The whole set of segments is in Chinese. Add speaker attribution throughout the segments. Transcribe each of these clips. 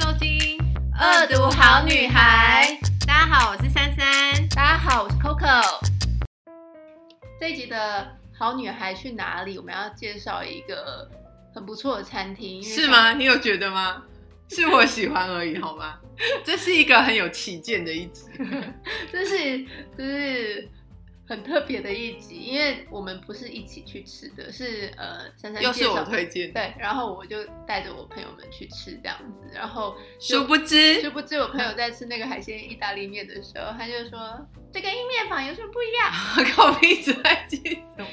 Speaker 1: 收听《
Speaker 2: 恶毒好女孩》。
Speaker 1: 大家好，我是珊珊。
Speaker 2: 大家好，我是 Coco。这一集的《好女孩去哪里》，我们要介绍一个很不错的餐厅，因为
Speaker 1: 是？吗？你有觉得吗？是我喜欢而已，好 吗？这是一个很有旗舰的一集。
Speaker 2: 这是这是很特别的一集，因为我们不是一起去吃的，是呃，珊珊
Speaker 1: 又是我
Speaker 2: 介绍
Speaker 1: 推荐的，
Speaker 2: 对，然后我就带着我朋友们去吃这样子，然后就
Speaker 1: 殊不知
Speaker 2: 殊不知我朋友在吃那个海鲜意大利面的时候，他就说这跟意面坊有什么不一样？
Speaker 1: 狗屁只爱记仇。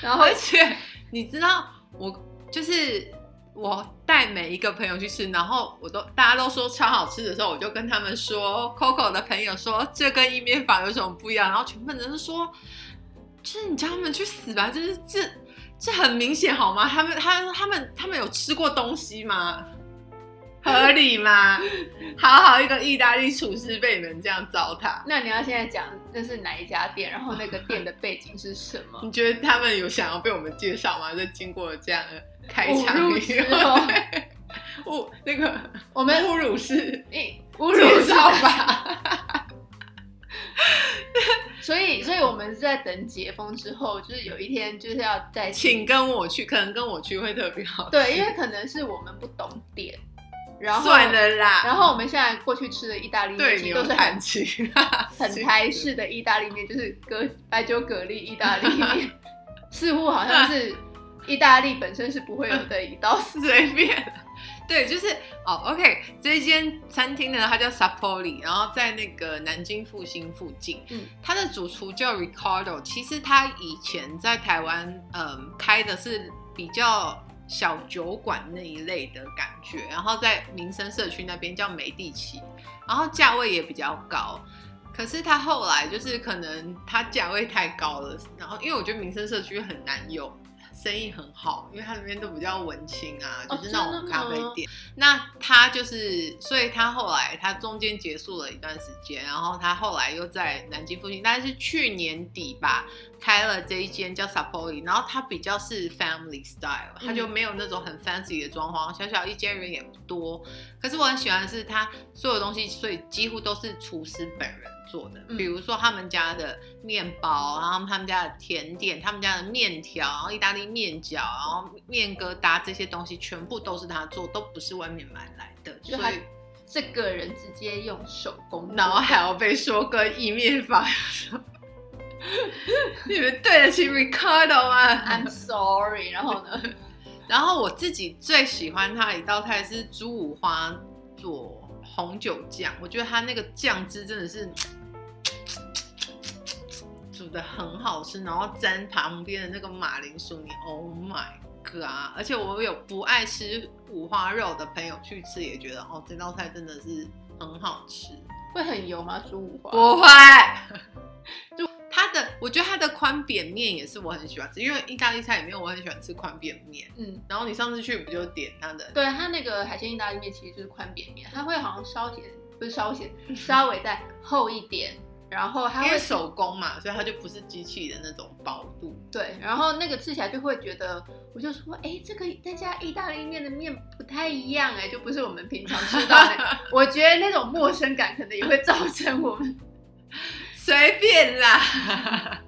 Speaker 2: 然后
Speaker 1: 而且你知道，我就是我带每一个朋友去吃，然后我都大家都说超好吃的时候，我就跟他们说，Coco 的朋友说这跟意面坊有什么不一样，然后全部人都说，就是你叫他们去死吧，就是这这很明显好吗？他们他他们他们有吃过东西吗？合理吗？好好一个意大利厨师被你们这样糟蹋，
Speaker 2: 那你要现在讲这是哪一家店，然后那个店的背景是什么？
Speaker 1: 你觉得他们有想要被我们介绍吗？在经过这样的开
Speaker 2: 侮
Speaker 1: 场
Speaker 2: 辱
Speaker 1: 以
Speaker 2: 之
Speaker 1: 后
Speaker 2: 后，
Speaker 1: 对侮那个
Speaker 2: 我们
Speaker 1: 侮辱是
Speaker 2: 诶
Speaker 1: 侮
Speaker 2: 介
Speaker 1: 辱
Speaker 2: 绍
Speaker 1: 到吧？
Speaker 2: 所以，所以我们是在等解封之后，就是有一天就是要再
Speaker 1: 请跟我去，可能跟我去会特别好。
Speaker 2: 对，因为可能是我们不懂点，然后
Speaker 1: 算了啦，
Speaker 2: 然后我们现在过去吃的意大利面
Speaker 1: 对
Speaker 2: 其实
Speaker 1: 牛
Speaker 2: 都是
Speaker 1: 弹
Speaker 2: 很
Speaker 1: 琴，啊
Speaker 2: 很台式的意大利面，就是格白酒蛤蜊意大利面， 似乎好像是意大利本身是不会有的一道菜。
Speaker 1: 随便。对，就是哦，OK，这间餐厅呢，它叫 Sapoli，然后在那个南京复兴附近。
Speaker 2: 嗯，
Speaker 1: 它的主厨叫 Ricardo，其实他以前在台湾，嗯，开的是比较小酒馆那一类的感觉，然后在民生社区那边叫美第奇，然后价位也比较高。可是他后来就是可能他价位太高了，然后因为我觉得民生社区很难有生意很好，因为他那边都比较文青啊，
Speaker 2: 哦
Speaker 1: 就是那种
Speaker 2: 真的
Speaker 1: 咖
Speaker 2: 吗
Speaker 1: 啡店。那他就是，所以他后来他中间结束了一段时间，然后他后来又在南京附近，大概是去年底吧，开了这一间叫 Sapoli，然后它比较是 family style，它就
Speaker 2: 嗯
Speaker 1: 没有那种很 fancy 的装潢，小小一间人也不多。可是我很喜欢的是它所有东西，所以几乎都是厨师本人做的，
Speaker 2: 嗯
Speaker 1: 比如说他们家的面包，然后他们家的甜点，他们家的面条，然后意大利面饺，然后面疙瘩这些东西全部都是他做，都不是外面买来的，
Speaker 2: 就
Speaker 1: 所
Speaker 2: 他
Speaker 1: 以。
Speaker 2: 这个人直接用手工做，
Speaker 1: 然后还要被说跟意面 坊，你们对得起 Ricardo 吗
Speaker 2: I'm？sorry，然后呢？
Speaker 1: 然后我自己最喜欢它的一道菜是猪五花做红酒酱，我觉得它那个酱汁真的是煮的很好吃，然后沾旁边的那个马铃薯泥，Oh my god！而且我有不爱吃五花肉的朋友去吃，也觉得哦这道菜真的是很好吃。
Speaker 2: 会很油吗？猪五花？
Speaker 1: 不会。 就它的，我觉得它的宽扁面也是我很喜欢吃，因为意大利菜里面我很喜欢吃宽扁面。
Speaker 2: 嗯，
Speaker 1: 然后你上次去不就点它的？
Speaker 2: 对，它那个海鲜意大利面其实就是宽扁面，它会好像稍显不是 稍显，稍微再厚一点，然后它
Speaker 1: 因
Speaker 2: 会
Speaker 1: 为手工嘛，所以它就不是机器的那种薄 度。
Speaker 2: 对，然后那个吃起来就会觉得，我就说，哎，这个那家意大利面的面不太一样、哎，就不是我们平常吃到的。 我觉得那种陌生感可能也会造成我们
Speaker 1: 随便啦。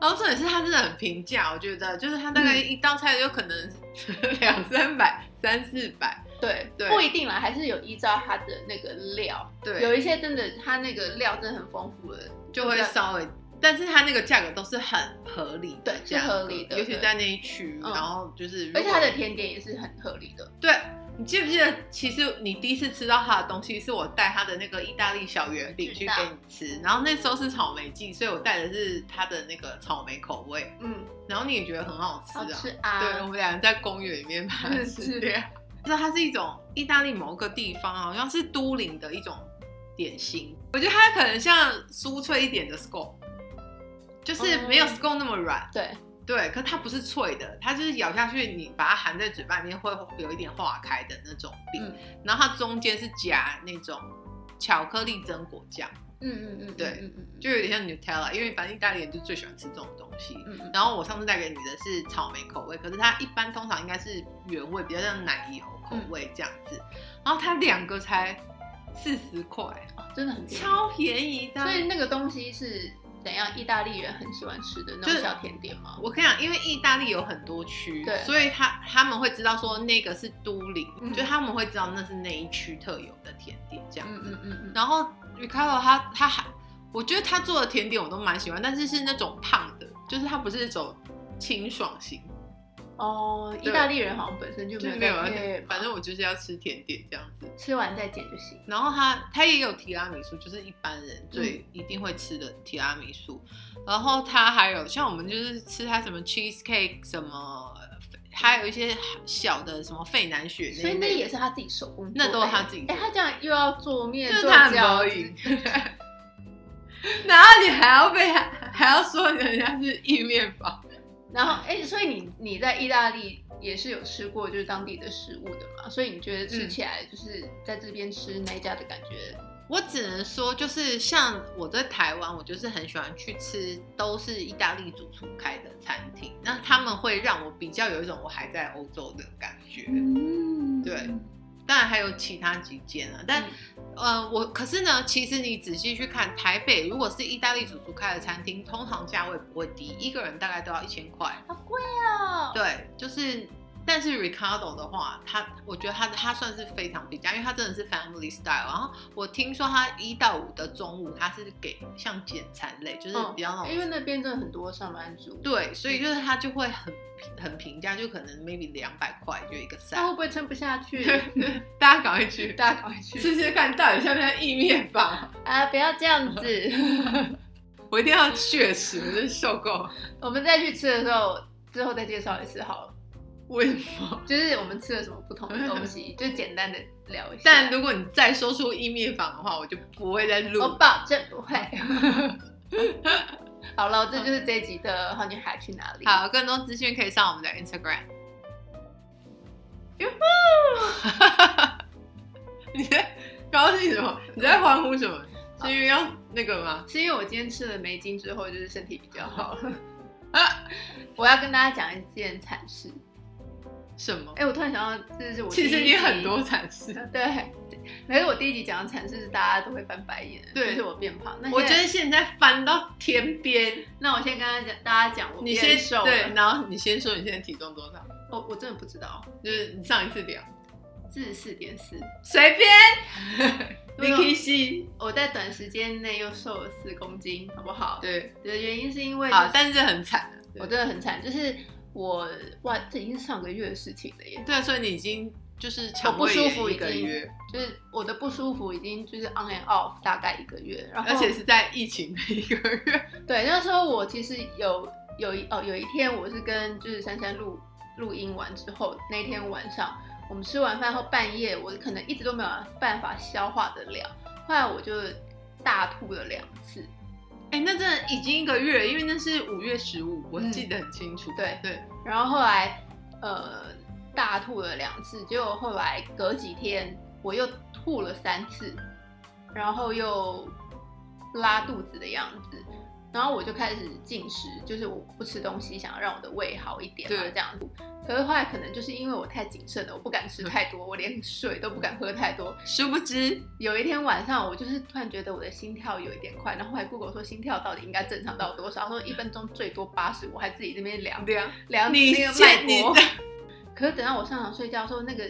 Speaker 1: 然后重点是它真的很平价，我觉得就是它
Speaker 2: 嗯
Speaker 1: 大概一道菜就可能 两三百、三四百，
Speaker 2: 对
Speaker 1: 对
Speaker 2: 不一定啦，还是有依照它的那个料，有
Speaker 1: 对，
Speaker 2: 一些真的它那个料真的很丰富的，
Speaker 1: 就会稍微，但是它那个价格都是很合理的
Speaker 2: 对是
Speaker 1: 价格，
Speaker 2: 合理的
Speaker 1: 啊尤其
Speaker 2: 对
Speaker 1: 在那一区，
Speaker 2: 嗯
Speaker 1: 然后就是如果，
Speaker 2: 而且它的甜点也是很合理的。
Speaker 1: 对，你记不记得？其实你第一次吃到它的东西，是我带它的那个意大利小圆饼去
Speaker 2: 知道
Speaker 1: 给你吃，然后那时候是草莓季，所以我带的是它的那个草莓口味，
Speaker 2: 嗯，
Speaker 1: 然后你也觉得很好吃
Speaker 2: 好
Speaker 1: 啊。
Speaker 2: 吃啊！
Speaker 1: 对，我们俩人在公园里面把它吃
Speaker 2: 是
Speaker 1: 掉。那它是一种意大利某个地方，啊好像是都灵的一种点心。我觉得它可能像酥脆一点的 scone，就是没有
Speaker 2: 哦
Speaker 1: scone 那么软。
Speaker 2: 对
Speaker 1: 对，可它不是脆的，它就是咬下去，你把它含在嘴巴里面会有一点化开的那种饼，
Speaker 2: 嗯
Speaker 1: 然后它中间是夹那种巧克力榛果酱，
Speaker 2: 嗯嗯嗯，
Speaker 1: 对
Speaker 2: 嗯嗯嗯
Speaker 1: 就有点像 Nutella，因为反正意大利人就最喜欢吃这种东西。
Speaker 2: 嗯嗯，
Speaker 1: 然后我上次带给你的是草莓口味，可是它一般通常应该是原味，比较像奶油口
Speaker 2: 嗯
Speaker 1: 味这样子。然后它两个才四十块，
Speaker 2: 哦真的很便宜。
Speaker 1: 超便宜的。
Speaker 2: 所以那个东西是怎样？意大利人很喜欢吃的那
Speaker 1: 就是
Speaker 2: 种小甜点吗？
Speaker 1: 我跟你讲，因为意大利有很多区，
Speaker 2: 对
Speaker 1: 所以他他们会知道说那个是都灵，
Speaker 2: 嗯
Speaker 1: 就他们会知道那是那一区特有的甜点这样。
Speaker 2: 嗯嗯嗯嗯，
Speaker 1: 然后 Ricardo 他他还，我觉得他做的甜点我都蛮喜欢，但是是那种胖的，就是他不是走清爽型，
Speaker 2: 哦，
Speaker 1: 对
Speaker 2: 意大利人好像本身就
Speaker 1: 就
Speaker 2: 没有
Speaker 1: 没有要
Speaker 2: 在 care 吧
Speaker 1: 反正我就是要吃甜点这样子。
Speaker 2: 吃完再减就行。
Speaker 1: 然后他他也有提拉米苏，就是一般人
Speaker 2: 嗯
Speaker 1: 最一定会吃的提拉米苏。然后他还有像我们就是吃他什么 cheese cake 什么，还有一些小的什么费南雪一
Speaker 2: 所以那
Speaker 1: 类的
Speaker 2: 也是他自己手工做的耶，
Speaker 1: 那都是他自己做
Speaker 2: 哎，他这样又要做面，
Speaker 1: 就是
Speaker 2: 做
Speaker 1: 他很
Speaker 2: 饺
Speaker 1: 包
Speaker 2: 子
Speaker 1: 赢。 然后你还要被还要说人家是意面包，
Speaker 2: 然后，哎、所以你你在意大利也是有吃过就是当地的食物的嘛？所以你觉得
Speaker 1: 嗯
Speaker 2: 吃起来就是在这边吃那一家的感觉，
Speaker 1: 我只能说就是像我在台湾，我就是很喜欢去吃都是意大利主厨开的餐厅，那他们会让我比较有一种我还在欧洲的感觉。
Speaker 2: 嗯，
Speaker 1: 对当然还有其他几间啊，但、呃，我可是呢，其实你仔细去看，台北如果是意大利主厨开的餐厅，通常价位不会低，一个人大概都要一千块。
Speaker 2: 好贵哦。，
Speaker 1: 对，就是，但是 Ricardo 的话，他我觉得他他算是非常平价，因为他真的是 family style。然后我听说他一到五的中午，他是给像简餐类，就是比较那种、
Speaker 2: 嗯因为那边真的很多上班族，
Speaker 1: 对，所以就是他就会很平很平价，就可能 maybe 两百块就一个
Speaker 2: 他会
Speaker 1: 菜。
Speaker 2: 不会撑 不下去？
Speaker 1: 大家赶快去，
Speaker 2: 大家赶快去
Speaker 1: 试试看到底像不像意面坊？
Speaker 2: 啊！不要这样子，
Speaker 1: 我一定要血食，我真是受够。
Speaker 2: 我们再去吃的时候，之后再介绍一次好了。
Speaker 1: 为什么？
Speaker 2: 就是我们吃了什么不同的东西，就简单的聊一下。
Speaker 1: 但如果你再说出意面坊的话，我就不会再录。
Speaker 2: 我保证不会。 好了，这就是这一集的《好女孩去哪里》。
Speaker 1: 好，更多资讯可以上我们的 Instagram。你在高兴什么？你在欢呼什么？是因为要那个吗？
Speaker 2: 是因为我今天吃了梅精之后，就是身体比较好 了。我要跟大家讲一件惨事。
Speaker 1: 什么
Speaker 2: 哎、？我突然想到，这是我
Speaker 1: 其实
Speaker 2: 第一集
Speaker 1: 你很多惨事。啊
Speaker 2: 对，可是我第一集讲的惨事是大家都会翻白眼，
Speaker 1: 对
Speaker 2: 就是我变胖。那
Speaker 1: 我
Speaker 2: 现
Speaker 1: 觉
Speaker 2: 在
Speaker 1: 得现在翻到天边，
Speaker 2: 那我先跟大家讲，大家讲我
Speaker 1: 你
Speaker 2: 变
Speaker 1: 先
Speaker 2: 瘦
Speaker 1: 对，
Speaker 2: 了。哦
Speaker 1: 然后你先说你现在体重多少？
Speaker 2: 我我真的不知道，
Speaker 1: 就是你上一次量，
Speaker 2: 至四点四，
Speaker 1: 随便。
Speaker 2: 对
Speaker 1: 你可以吸。
Speaker 2: 我在短时间内又瘦了四公斤，好不好？
Speaker 1: 对，
Speaker 2: 的原因是因为、就是
Speaker 1: 好，但是很惨。
Speaker 2: 我真的很惨，就是我哇，这已经是上个月的事情了耶，
Speaker 1: 对，所以你已经就是
Speaker 2: 我
Speaker 1: 肠
Speaker 2: 不
Speaker 1: 胃
Speaker 2: 舒
Speaker 1: 炎
Speaker 2: 服
Speaker 1: 一
Speaker 2: 已
Speaker 1: 个
Speaker 2: 经
Speaker 1: 月，
Speaker 2: 就是我的不舒服已经就是 on and off 大概一个月，然后
Speaker 1: 而且是在疫情的一个月。
Speaker 2: 对那时候我其实有有一哦有一天我是跟就是珊珊录录音完之后，那天晚上我们吃完饭后半夜，我可能一直都没有办法消化得了，后来我就大吐了两次，
Speaker 1: 哎、那真的已经一个月，因为那是五月十五，我
Speaker 2: 嗯
Speaker 1: 记得很清楚。
Speaker 2: 对
Speaker 1: 对，
Speaker 2: 然后后来呃大吐了两次，结果后来隔几天我又吐了三次，然后又拉肚子的样子，然后我就开始进食，就是我不吃东西，想要让我的胃好一点嘛
Speaker 1: 对
Speaker 2: 这样子。可是后来可能就是因为我太谨慎了，我不敢吃太多，我连水都不敢喝太多。
Speaker 1: 殊不知，
Speaker 2: 有一天晚上，我就是突然觉得我的心跳有一点快，然后后来 Google 说心跳到底应该正常到多少，他说一分钟最多八十，我还自己这边量
Speaker 1: 对啊，
Speaker 2: 量
Speaker 1: 你
Speaker 2: 那个脉
Speaker 1: 先
Speaker 2: 搏
Speaker 1: 你。
Speaker 2: 可是等到我上床睡觉的时候，那个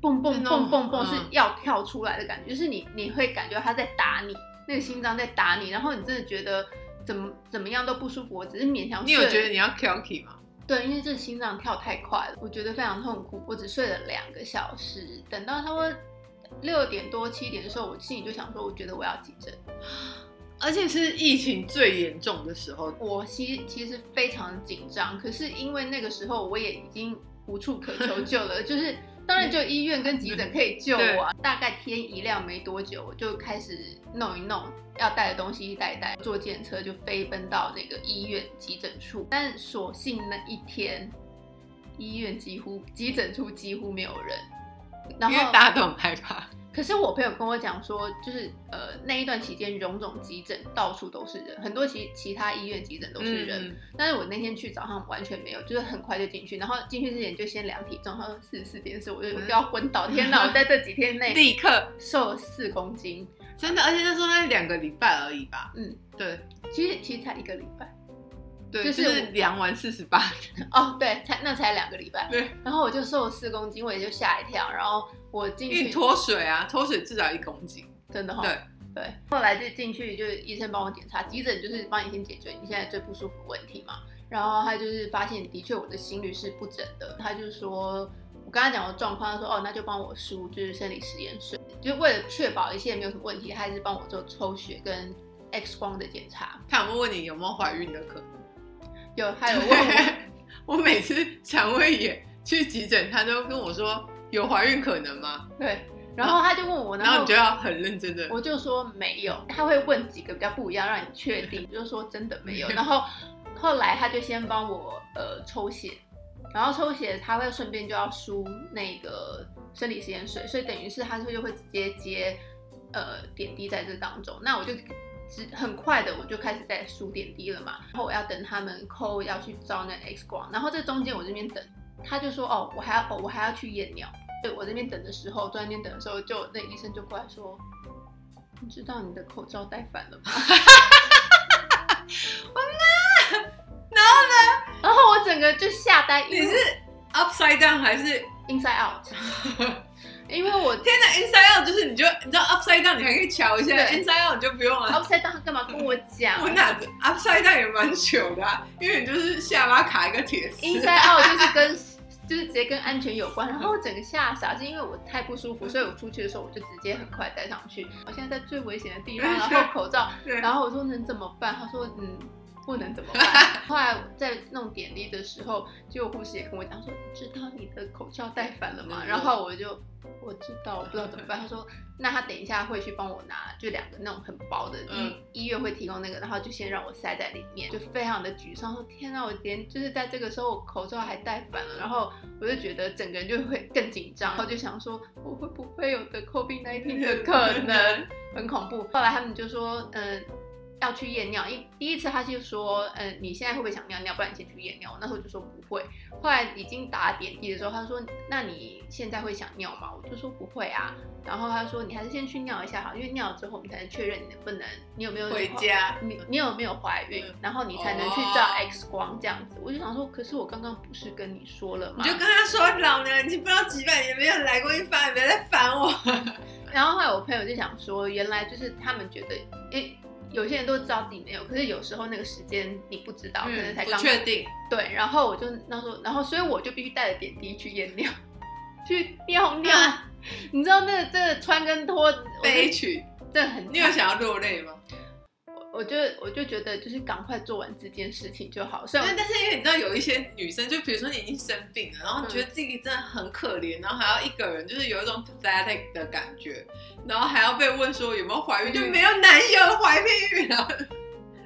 Speaker 2: 蹦蹦蹦蹦蹦
Speaker 1: 嗯
Speaker 2: 是要跳出来的感觉，就是你你会感觉它在打你，那个心脏在打你，然后你真的觉得怎么怎么样都不舒服。我只是勉强
Speaker 1: 你
Speaker 2: 睡
Speaker 1: 有
Speaker 2: 了，
Speaker 1: 觉得你要 k o k i 吗？
Speaker 2: 对，因为这个心脏跳太快了，我觉得非常痛苦。我只睡了两个小时，等到差不多六点多七点的时候，我心里就想说，我觉得我要急诊。
Speaker 1: 而且是疫情最严重的时候，
Speaker 2: 我其其实非常紧张，可是因为那个时候我也已经无处可求救了， 就是当然就医院跟急诊可以救我啊、大概天一亮没多久，我就开始弄一弄要带的东西一带一带，坐检车就飞奔到那个医院急诊处。但所幸那一天，医院几乎急诊处几乎没有人，然
Speaker 1: 因为
Speaker 2: 后
Speaker 1: 大家都很害怕。
Speaker 2: 可是我朋友跟我讲说，就是呃那一段期间，荣总急诊到处都是人，很多其其他医院急诊都是人。
Speaker 1: 嗯
Speaker 2: 但是我那天去早上完全没有，就是很快就进去，然后进去之前就先量体重，他说四十四点四，我就我就要昏倒。天哪！我在这几天内
Speaker 1: 立刻
Speaker 2: 瘦了四公斤，
Speaker 1: 真的，而且那时候才两个礼拜而已吧，
Speaker 2: 嗯，
Speaker 1: 对
Speaker 2: 其实其实才一个礼拜
Speaker 1: 对，
Speaker 2: 就
Speaker 1: 就是是量完四十八，
Speaker 2: 哦，对，才那才两个礼拜。
Speaker 1: 对，
Speaker 2: 然后我就瘦了四公斤，我也就吓一跳。然后我进
Speaker 1: 因为
Speaker 2: 去
Speaker 1: 你脱水啊，脱水至少一公斤，
Speaker 2: 真的哈、
Speaker 1: 对
Speaker 2: 对，后来就进去，就是医生帮我检查，急诊就是帮你先解决你现在最不舒服的问题嘛。然后他就是发现，的确我的心率是不整的，他就说，我跟他讲我状况，他说哦，那就帮我输就是生理食盐水，就是为了确保一切没有什么问题，他还是帮我做抽血跟 X 光的检查。
Speaker 1: 他有没有问你有没有怀孕的可能？
Speaker 2: 有，他有问
Speaker 1: 我
Speaker 2: 我，
Speaker 1: 每次肠胃炎去急诊，他都跟我说有怀孕可能吗？
Speaker 2: 对，然后他就问我，
Speaker 1: 然后
Speaker 2: 后
Speaker 1: 你就要很认真的，
Speaker 2: 我就说没有，他会问几个比较不一样，让你确定，就是说真的没有。然后后来他就先帮我呃抽血，然后抽血他会顺便就要输那个生理食盐水，所以等于是他就会直接接呃点滴在这当中。那我就只很快的我就开始在输点滴了嘛，然后我要等他们抠要去照那 X 光，然后这中间我这边等，他就说哦我还要哦我还要去验尿。对我这边等的时候，坐在那边等的时候，就那医生就过来说，你知道你的口罩戴反了吗？ 我妈，然后呢？然后我整个就吓呆，
Speaker 1: 你
Speaker 2: 因
Speaker 1: 是
Speaker 2: 为
Speaker 1: upside down 还是？
Speaker 2: inside out，因 为我
Speaker 1: 天哪，inside out 就是你就你知道 upside down 你还可以瞧一下
Speaker 2: 对
Speaker 1: ，inside out 你就不用了。
Speaker 2: upside down，他干嘛跟我讲
Speaker 1: 我哪 upside down 也蛮糗的、啊，因为你就是下巴卡一个铁丝。
Speaker 2: ？inside out 就是跟 就是直接跟安全有关，然后我整个吓傻，是因为我太不舒服，所以我出去的时候我就直接很快戴上去。我现在在最危险的地方，然后口罩
Speaker 1: 对
Speaker 2: 然后我说能怎么办？他说嗯，不能怎么 办。后来在弄点滴的时候，就护士也跟我讲说，你知道你的口罩戴反了吗？
Speaker 1: 嗯
Speaker 2: 然后我就我知道，我不知道怎么办。他说那他等一下会去帮我拿，就两个那种很薄的医、
Speaker 1: 嗯
Speaker 2: 医院会提供那个，然后就先让我塞在里面，就非常的沮丧，说天哪，我连就是在这个时候我口罩还戴反了，然后我就觉得整个人就会更紧张，然后就想说我会不会有得 COVID 19的可能？很恐怖。后来他们就说，嗯、要去验尿。一第一次他就说，嗯、你现在会不会想尿尿？不然你先去验尿。我那时候就说不会。后来已经打点滴的时候，他说，那你现在会想尿吗？我就说不会啊。然后他说，你还是先去尿一下好，因为尿了之后我们才能确认你能不能，你有没有
Speaker 1: 回。家。
Speaker 2: 你你有没有怀孕
Speaker 1: 嗯？
Speaker 2: 然后你才能去照
Speaker 1: 哦
Speaker 2: X 光这样子。我就想说，可是我刚刚不是跟你说了吗
Speaker 1: 你？就跟他说，老娘已经不知道几百年没有来过一发，你别再烦我。
Speaker 2: 然后后来我朋友就想说，原来就是他们觉得，诶，有些人都知道自己没有，可是有时候那个时间你不知道，可能才
Speaker 1: 嗯不
Speaker 2: 刚
Speaker 1: 确定，
Speaker 2: 对。然后我就那时候，然后所以我就必须带着点滴去验尿，去 尿尿。你知道那个这个穿跟脱，我
Speaker 1: 悲
Speaker 2: 就
Speaker 1: 曲。
Speaker 2: 真的很
Speaker 1: 你有
Speaker 2: 惨。
Speaker 1: 想要落泪吗？
Speaker 2: 我就我就觉得就是赶快做完这件事情就好。虽
Speaker 1: 对
Speaker 2: 然，
Speaker 1: 但是因为你知道有一些女生，就比如说你已经生病了，然后
Speaker 2: 嗯
Speaker 1: 觉得自己真的很可怜，然后还要一个人，就是有一种 pathetic 的感觉，然后还要被问说有没有怀孕，
Speaker 2: 嗯
Speaker 1: 就没有男友怀孕，然后说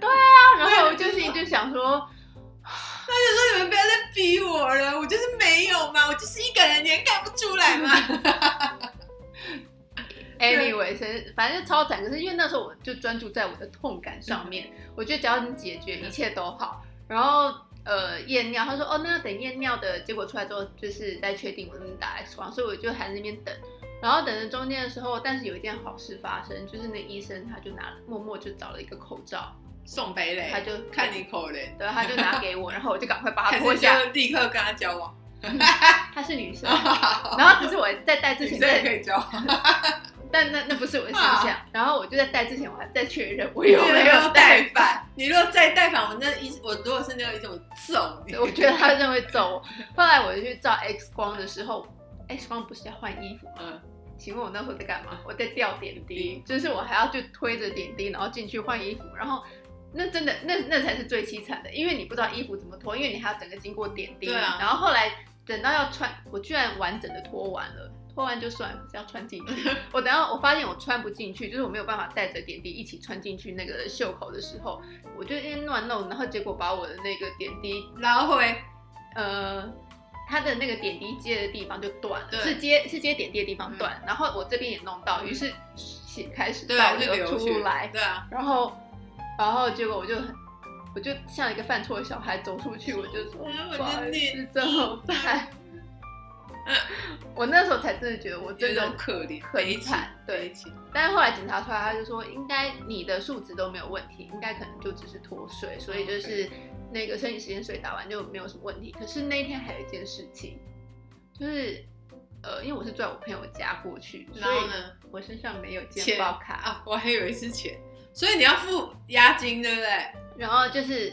Speaker 2: 我然后我就心里就想说，
Speaker 1: 你们不要再逼我了，我就是没有嘛，我就是一个人，你还看不出来吗？
Speaker 2: 嗯 Anyway，是反正就超惨。可是因为那时候我就专注在我的痛感上面，我觉得只要你解决，一切都好。然后呃验尿，他说哦，那要等验尿的结果出来之后，就是再确定我能不能打 X 光，所以我就还在那边等。然后等着中间的时候，但是有一件好事发生，就是那医生他就拿了默默就找了一个口罩，
Speaker 1: 宋北
Speaker 2: 他
Speaker 1: 磊，
Speaker 2: 就
Speaker 1: 看你口怜，
Speaker 2: 对，他就拿给我，然后我就赶快把它
Speaker 1: 还
Speaker 2: 脱
Speaker 1: 是
Speaker 2: 下 来。
Speaker 1: 就立刻跟他交往，
Speaker 2: 她是 女生，然后只是我在戴之
Speaker 1: 女
Speaker 2: 前
Speaker 1: 生也
Speaker 2: 在
Speaker 1: 可以交往。
Speaker 2: 但那那不是我的形象。然后我就在戴之前，我还在确认啊我有
Speaker 1: 有
Speaker 2: 没
Speaker 1: 没
Speaker 2: 有
Speaker 1: 有
Speaker 2: 戴
Speaker 1: 带
Speaker 2: 反。
Speaker 1: 反？你如果再带反，我那医，我如果是那个医生，我揍你。
Speaker 2: 我觉得他真的会揍我。后来我就去照 X 光的时候，X 光不是要换衣服吗？
Speaker 1: 嗯
Speaker 2: 请问我那时候在干嘛？我在吊点滴，就是我还要去推着点滴，然后进去换衣服，然后那真的那那才是最凄惨的，因为你不知道衣服怎么脱，因为你还要整个经过点滴嘛。
Speaker 1: 对啊
Speaker 2: 然后后来等到要穿，我居然完整的脱完了。脱完就算，只要穿进 去。我等到我发现我穿不进去，就是我没有办法带着点滴一起穿进去那个袖口的时候，我就因为乱弄，然后结果把我的那个点滴
Speaker 1: 然后会
Speaker 2: 呃，它的那个点滴接的地方就断
Speaker 1: 对
Speaker 2: 了，是接是接点滴的地方
Speaker 1: 嗯
Speaker 2: 断，然后我这边也弄到，
Speaker 1: 嗯
Speaker 2: 于是血开始
Speaker 1: 对
Speaker 2: 倒
Speaker 1: 啊，就流
Speaker 2: 流
Speaker 1: 血
Speaker 2: 出来，
Speaker 1: 对啊，
Speaker 2: 然后然后结果我就很。我就像一个犯错的小孩走出去，我就说：“
Speaker 1: 哎我
Speaker 2: 不好
Speaker 1: 的
Speaker 2: 意
Speaker 1: 脸
Speaker 2: 思，怎么办？” 我那时候才真的觉得我
Speaker 1: 这
Speaker 2: 真的
Speaker 1: 种可怜、
Speaker 2: 很
Speaker 1: 悲
Speaker 2: 惨
Speaker 1: 惨，
Speaker 2: 对
Speaker 1: 悲情，
Speaker 2: 但是后来检查出来，他就说应该你的数值都没有问题，应该可能就只是脱水，所以就是那个生理时间水打完就没有什么问题。可是那一天还有一件事情，就是呃，因为我是住在我朋友家过去，
Speaker 1: 然
Speaker 2: 所以
Speaker 1: 后呢？
Speaker 2: 我身上没有
Speaker 1: 钱
Speaker 2: 健保卡，
Speaker 1: 啊，我还以为是钱，所以你要付押金，对不对？
Speaker 2: 然后就是，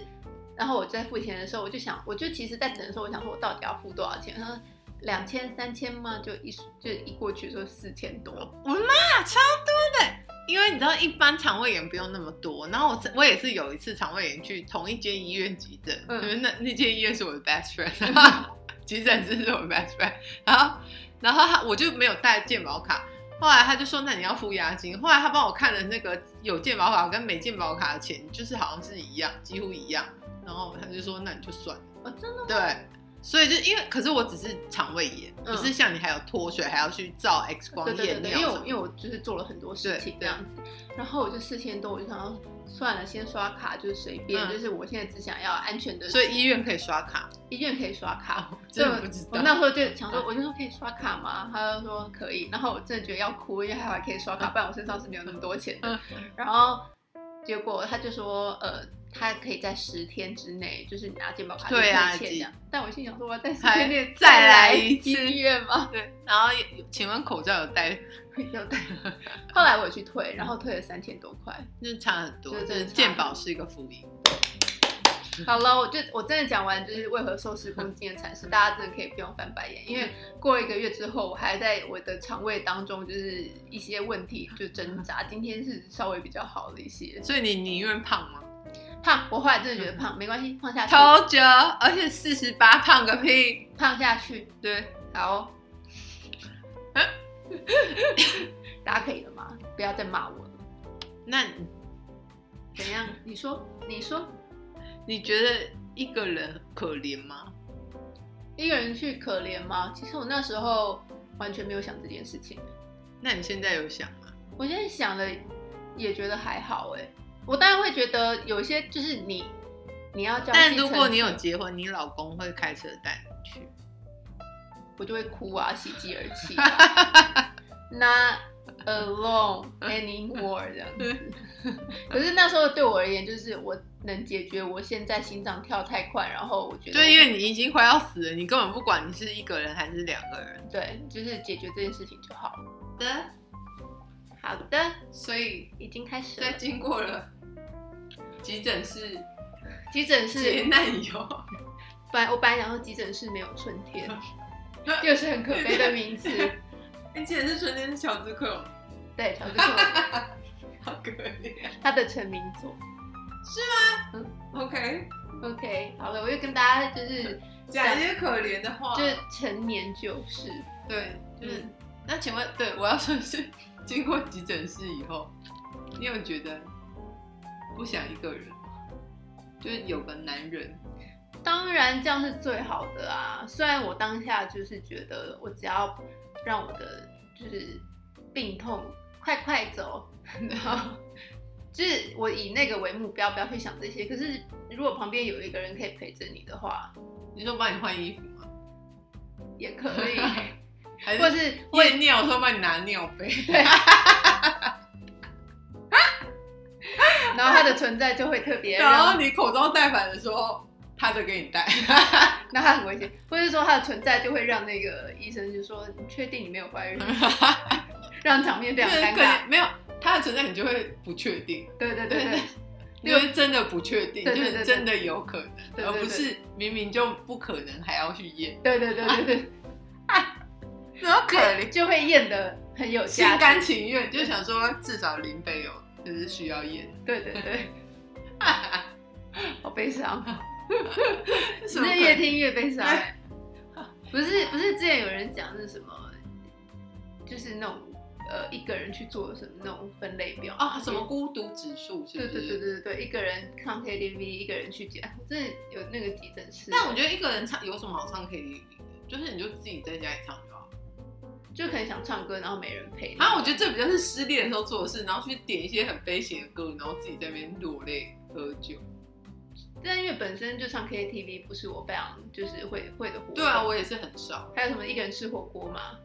Speaker 2: 然后我在付钱的时候，我就想，我就其实在等的时候，我想说我到底要付多少钱？他说两千、三千嘛，就一就一过去说四千多，
Speaker 1: 我的妈，啊超多的！因为你知道，一般肠胃炎不用那么多。然后我是我也是有一次肠胃炎去同一间医院急诊，
Speaker 2: 嗯
Speaker 1: 因为那那间医院是我的 best friend，急诊室是我的 best friend。然后然后他我就没有带健保卡，后来他就说那你要付押金。后来他帮我看了那个有健保卡跟没健保卡的钱，就是好像是一样，几乎一样。然后他就说那你就算了。
Speaker 2: 哦，真的吗？
Speaker 1: 对，所以就因为，可是我只是肠胃炎，
Speaker 2: 嗯
Speaker 1: 不是像你还有脱水，还要去照 X 光
Speaker 2: 对对
Speaker 1: 验
Speaker 2: 对
Speaker 1: 尿
Speaker 2: 对，因
Speaker 1: 什
Speaker 2: 为我
Speaker 1: 么的。
Speaker 2: 因为我就是做了很多事情
Speaker 1: 对对
Speaker 2: 这样子，然后我就四千多，我就想要算了，先刷卡就是随便，
Speaker 1: 嗯
Speaker 2: 就是我现在只想要安全的，
Speaker 1: 所以医院可以刷卡，
Speaker 2: 医院可以刷卡。
Speaker 1: 我
Speaker 2: 所
Speaker 1: 真
Speaker 2: 以
Speaker 1: 的不知
Speaker 2: 我
Speaker 1: 道。嗯
Speaker 2: 啊那时候就想说，我就说可以刷卡吗？他就说可以，然后我真的觉得要哭，因为还可以刷
Speaker 1: 嗯
Speaker 2: 卡，不然我身上是没有那么多钱的。然后结果他就说，呃，他可以在十天之内，就是拿健保卡
Speaker 1: 对啊
Speaker 2: 就可以欠这样。但我心想说，我要在十
Speaker 1: 还
Speaker 2: 天内
Speaker 1: 再来
Speaker 2: 来
Speaker 1: 一次
Speaker 2: 医院吗？
Speaker 1: 对，然后有请问口罩有戴，
Speaker 2: 有对。后来我也去退，然后退了三千多块。
Speaker 1: 就是差很多，
Speaker 2: 对
Speaker 1: 就
Speaker 2: 真的
Speaker 1: 是
Speaker 2: 差
Speaker 1: 健保是一个福音。嗯
Speaker 2: 好了，我就我真的讲完，就是为何瘦十公斤的惨事，大家真的可以不用翻白眼，因为过一个月之后，我还在我的肠胃当中就是一些问题就挣扎。今天是稍微比较好了一些，
Speaker 1: 所以你宁愿胖吗？
Speaker 2: 胖，我后来真的觉得胖没关系，胖下去，
Speaker 1: 超久，而且四十八胖个屁。
Speaker 2: 胖下去，
Speaker 1: 对，
Speaker 2: 好哦、 大家可以了吗？不要再骂我了，
Speaker 1: 那你
Speaker 2: 怎样？你说，你说，
Speaker 1: 你觉得一个人可怜吗？
Speaker 2: 一个人去可怜吗？其实我那时候完全没有想这件事情。
Speaker 1: 那你现在有想吗？
Speaker 2: 我现在想了，也觉得还好哎、我当然会觉得有些就是你，你要交。
Speaker 1: 但如果你有，结婚，你老公会开车带你去。
Speaker 2: 我就会哭啊，喜极而泣、 啊。Not alone anymore 这样 子。可是那时候对我而言，就是我能解决我现在心脏跳太快，然后我觉得
Speaker 1: 对，因为你已经快要死了，你根本不管你是一个人还是两个人。
Speaker 2: 对，就是解决这件事情就好了。
Speaker 1: 好的，
Speaker 2: 好的，
Speaker 1: 所以
Speaker 2: 已经开始了
Speaker 1: 在。经过了急诊室
Speaker 2: 急诊
Speaker 1: 劫
Speaker 2: 室，
Speaker 1: 难以后，
Speaker 2: 本来我本来想说急诊室没有春天，又是很可悲的名词。
Speaker 1: 哎，急诊室瞬间是乔治克隆，
Speaker 2: 对，乔治克隆
Speaker 1: 好可怜。
Speaker 2: 他的成名作。
Speaker 1: OK，
Speaker 2: OK，好了，我又跟大家就是
Speaker 1: 讲一些可怜的话。
Speaker 2: 就是陈年旧事，
Speaker 1: 对，就是、
Speaker 2: 嗯
Speaker 1: 那请问，对我要说的是，经过急诊室以后，你有觉得不想一个人吗？就是有个男人，
Speaker 2: 当然这样是最好的啊。虽然我当下就是觉得我只要让我的就是病痛快快走，然后就是我以那个为目标，不要去想这些。可是如果旁边有一个人可以陪着你的话，
Speaker 1: 你说帮你换衣服吗？
Speaker 2: 也可以，
Speaker 1: 还
Speaker 2: 或
Speaker 1: 是
Speaker 2: 是或
Speaker 1: 验尿的时候帮你拿尿杯？
Speaker 2: 然后他的存在就会特别让，
Speaker 1: 然后你口罩戴反的时候，他就给你戴。
Speaker 2: 那他很危险，或者说他的存在就会让那个医生就说：“你确定你没有怀孕？” 让场面 非常尴
Speaker 1: 可
Speaker 2: 尬。
Speaker 1: 能没有他的存在，你就会不确定，
Speaker 2: 对对对对
Speaker 1: 因为真的不确定，
Speaker 2: 对
Speaker 1: 就
Speaker 2: 对
Speaker 1: 是
Speaker 2: 对
Speaker 1: 真的有可能，
Speaker 2: 对对
Speaker 1: 而
Speaker 2: 对
Speaker 1: 不是明明就不可能还要去验，
Speaker 2: 对对对对对
Speaker 1: 然后可
Speaker 2: 对，就会验的很有
Speaker 1: 心
Speaker 2: 价值。
Speaker 1: 甘情愿，就想说至少林北有就是需要验，
Speaker 2: 对对对， 好悲伤，
Speaker 1: 什
Speaker 2: 真
Speaker 1: 么
Speaker 2: 的
Speaker 1: 可
Speaker 2: 越听越悲伤、哎不是不是，之前有人讲是什么，就是那种呃一个人去做什么那种分类表哦
Speaker 1: 啊什么。孤独指数是不是？
Speaker 2: 对对对对对对，一个人唱 KTV，一个人去检，真的有那个急诊室。
Speaker 1: 但我觉得一个人唱有什么好唱 KTV 的？就是你就自己在家里唱就好。
Speaker 2: 就可能想唱歌，然后没人陪。
Speaker 1: 然啊后、我觉得这比较是失恋的时候做的事，然后去点一些很悲情的歌，然后自己在那边落泪喝酒。
Speaker 2: 但因为本身就唱 KTV 不是我非常就是会会的活动。
Speaker 1: 对啊，我也是很少
Speaker 2: 还有什么一个人吃火锅嘛？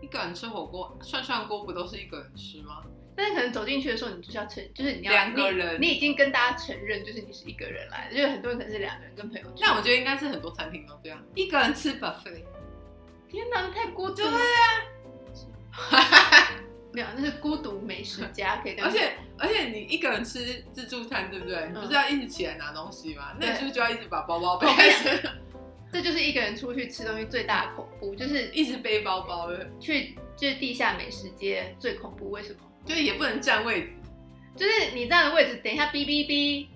Speaker 1: 一个人吃火锅，涮涮锅不都是一个人吃吗？
Speaker 2: 但是可能走进去的时候，你就是要承，就是你要
Speaker 1: 两个人
Speaker 2: 你，你已经跟大家承认就是你是一个人来的，就是很多人可能是两个人跟朋友去。
Speaker 1: 那我觉得应该是很多餐厅都这样，一个人吃 buffet。
Speaker 2: 天哪，太孤独
Speaker 1: 对
Speaker 2: 了。
Speaker 1: 啊，
Speaker 2: 没有，那是孤独美食家，可以这样
Speaker 1: 而
Speaker 2: 讲。
Speaker 1: 且而且你一个人吃自助餐，对不对？你不是要一直起来拿东西吗？那你
Speaker 2: 对
Speaker 1: 是不是就要一直把包包 背
Speaker 2: 我跟你
Speaker 1: 起来，
Speaker 2: 这就是一个人出去吃东西最大的恐怖，就是
Speaker 1: 一直背包包的？
Speaker 2: 去就是地下美食街最恐怖。为什么？
Speaker 1: 就是也不能占位置，
Speaker 2: 就是你站的位置，等一下哔哔哔，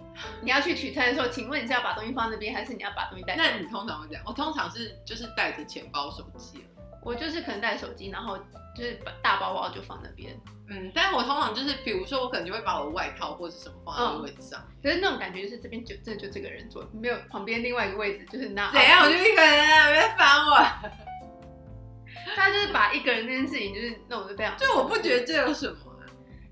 Speaker 2: 你要去取餐的时候，请问你是要把东西放那边，还是你要把东西带走？
Speaker 1: 那你通常会这样？我通常是就是带着钱包、手机啊了
Speaker 2: 我就是可能带手机，然后就是把大包包就放那边。
Speaker 1: 嗯，但是我通常就是，比如说我可能就会把我外套或者什么放在那个位置上。
Speaker 2: 可是那种感觉就是这边就真的就这个人坐，没有旁边另外一个位置就是那
Speaker 1: 怎样？我就一个人啊，别烦我。
Speaker 2: 他就是把一个人这件事情就是弄得非常，
Speaker 1: 就我不觉得这有什么、啊，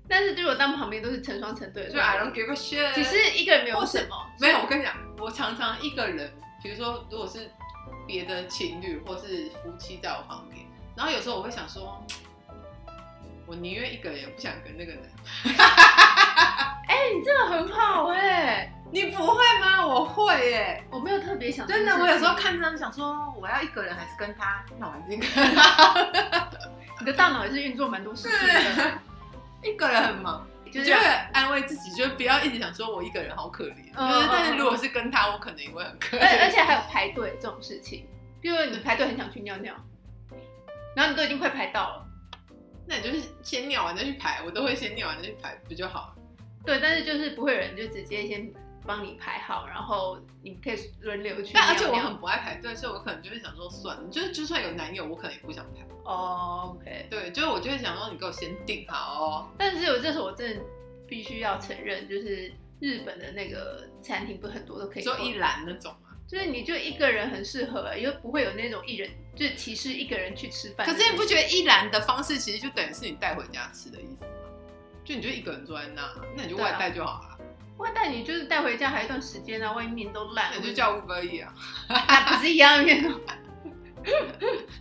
Speaker 2: 但是就是我当旁边都是成双成对的，
Speaker 1: 就 I don't give a shit。
Speaker 2: 其实一个人没有什么，
Speaker 1: 没有，我跟你讲，我常常一个人，比如说如果是别的情侣或是夫妻在我旁边，然后有时候我会想说，我宁愿一个人也不想跟那个人。
Speaker 2: 哎、你这个很好哎、
Speaker 1: 你不会吗？我会耶，
Speaker 2: 我没有特别想，
Speaker 1: 真的。我有时候看他们想说，我要一个人还是跟他，那我还是 跟他。
Speaker 2: 你的大脑也是运作蛮多事情的，
Speaker 1: 对，一个人很忙，
Speaker 2: 就
Speaker 1: 就是会安慰自己，就不要一直想说我一个人好可怜。
Speaker 2: 嗯
Speaker 1: 就是，但
Speaker 2: 嗯
Speaker 1: 是如果是跟他，我可能也会很 可
Speaker 2: 而而
Speaker 1: 怜。
Speaker 2: 且还有排队这种事情，比如你排队很想去尿尿，然后你都已经快排到了，
Speaker 1: 那你就是先尿完再去排，我都会先尿完再去排，不就好了？
Speaker 2: 对，但是就是不会有人就直接先帮你排好，然后你可以轮流去尿
Speaker 1: 但
Speaker 2: 尿。
Speaker 1: 而且我很不爱排队，所以我可能就会想说算了，就是就算有男友，我可能也不想排。
Speaker 2: 哦，OK，
Speaker 1: 对，就是我就会想说你给我先定好哦。
Speaker 2: 但是我这时候我真的必须要承认，就是日本的那个餐厅不是很多都可
Speaker 1: 你
Speaker 2: 以
Speaker 1: 说
Speaker 2: 做
Speaker 1: 一栏那种啊嘛，
Speaker 2: 就是你就一个人很适合、因为不会有那种一人就是歧视一个人去吃饭。
Speaker 1: 可是你不觉得一栏的方式其实就等于是你带回家吃的意思吗？就你就一个人坐在那，那你就
Speaker 2: 啊
Speaker 1: 外带就好啊了，
Speaker 2: 外带你就是带回家还有一段时间啊，外面都烂
Speaker 1: 那
Speaker 2: 了，
Speaker 1: 你就叫 Uber E 啊，
Speaker 2: 还不是一样面哦。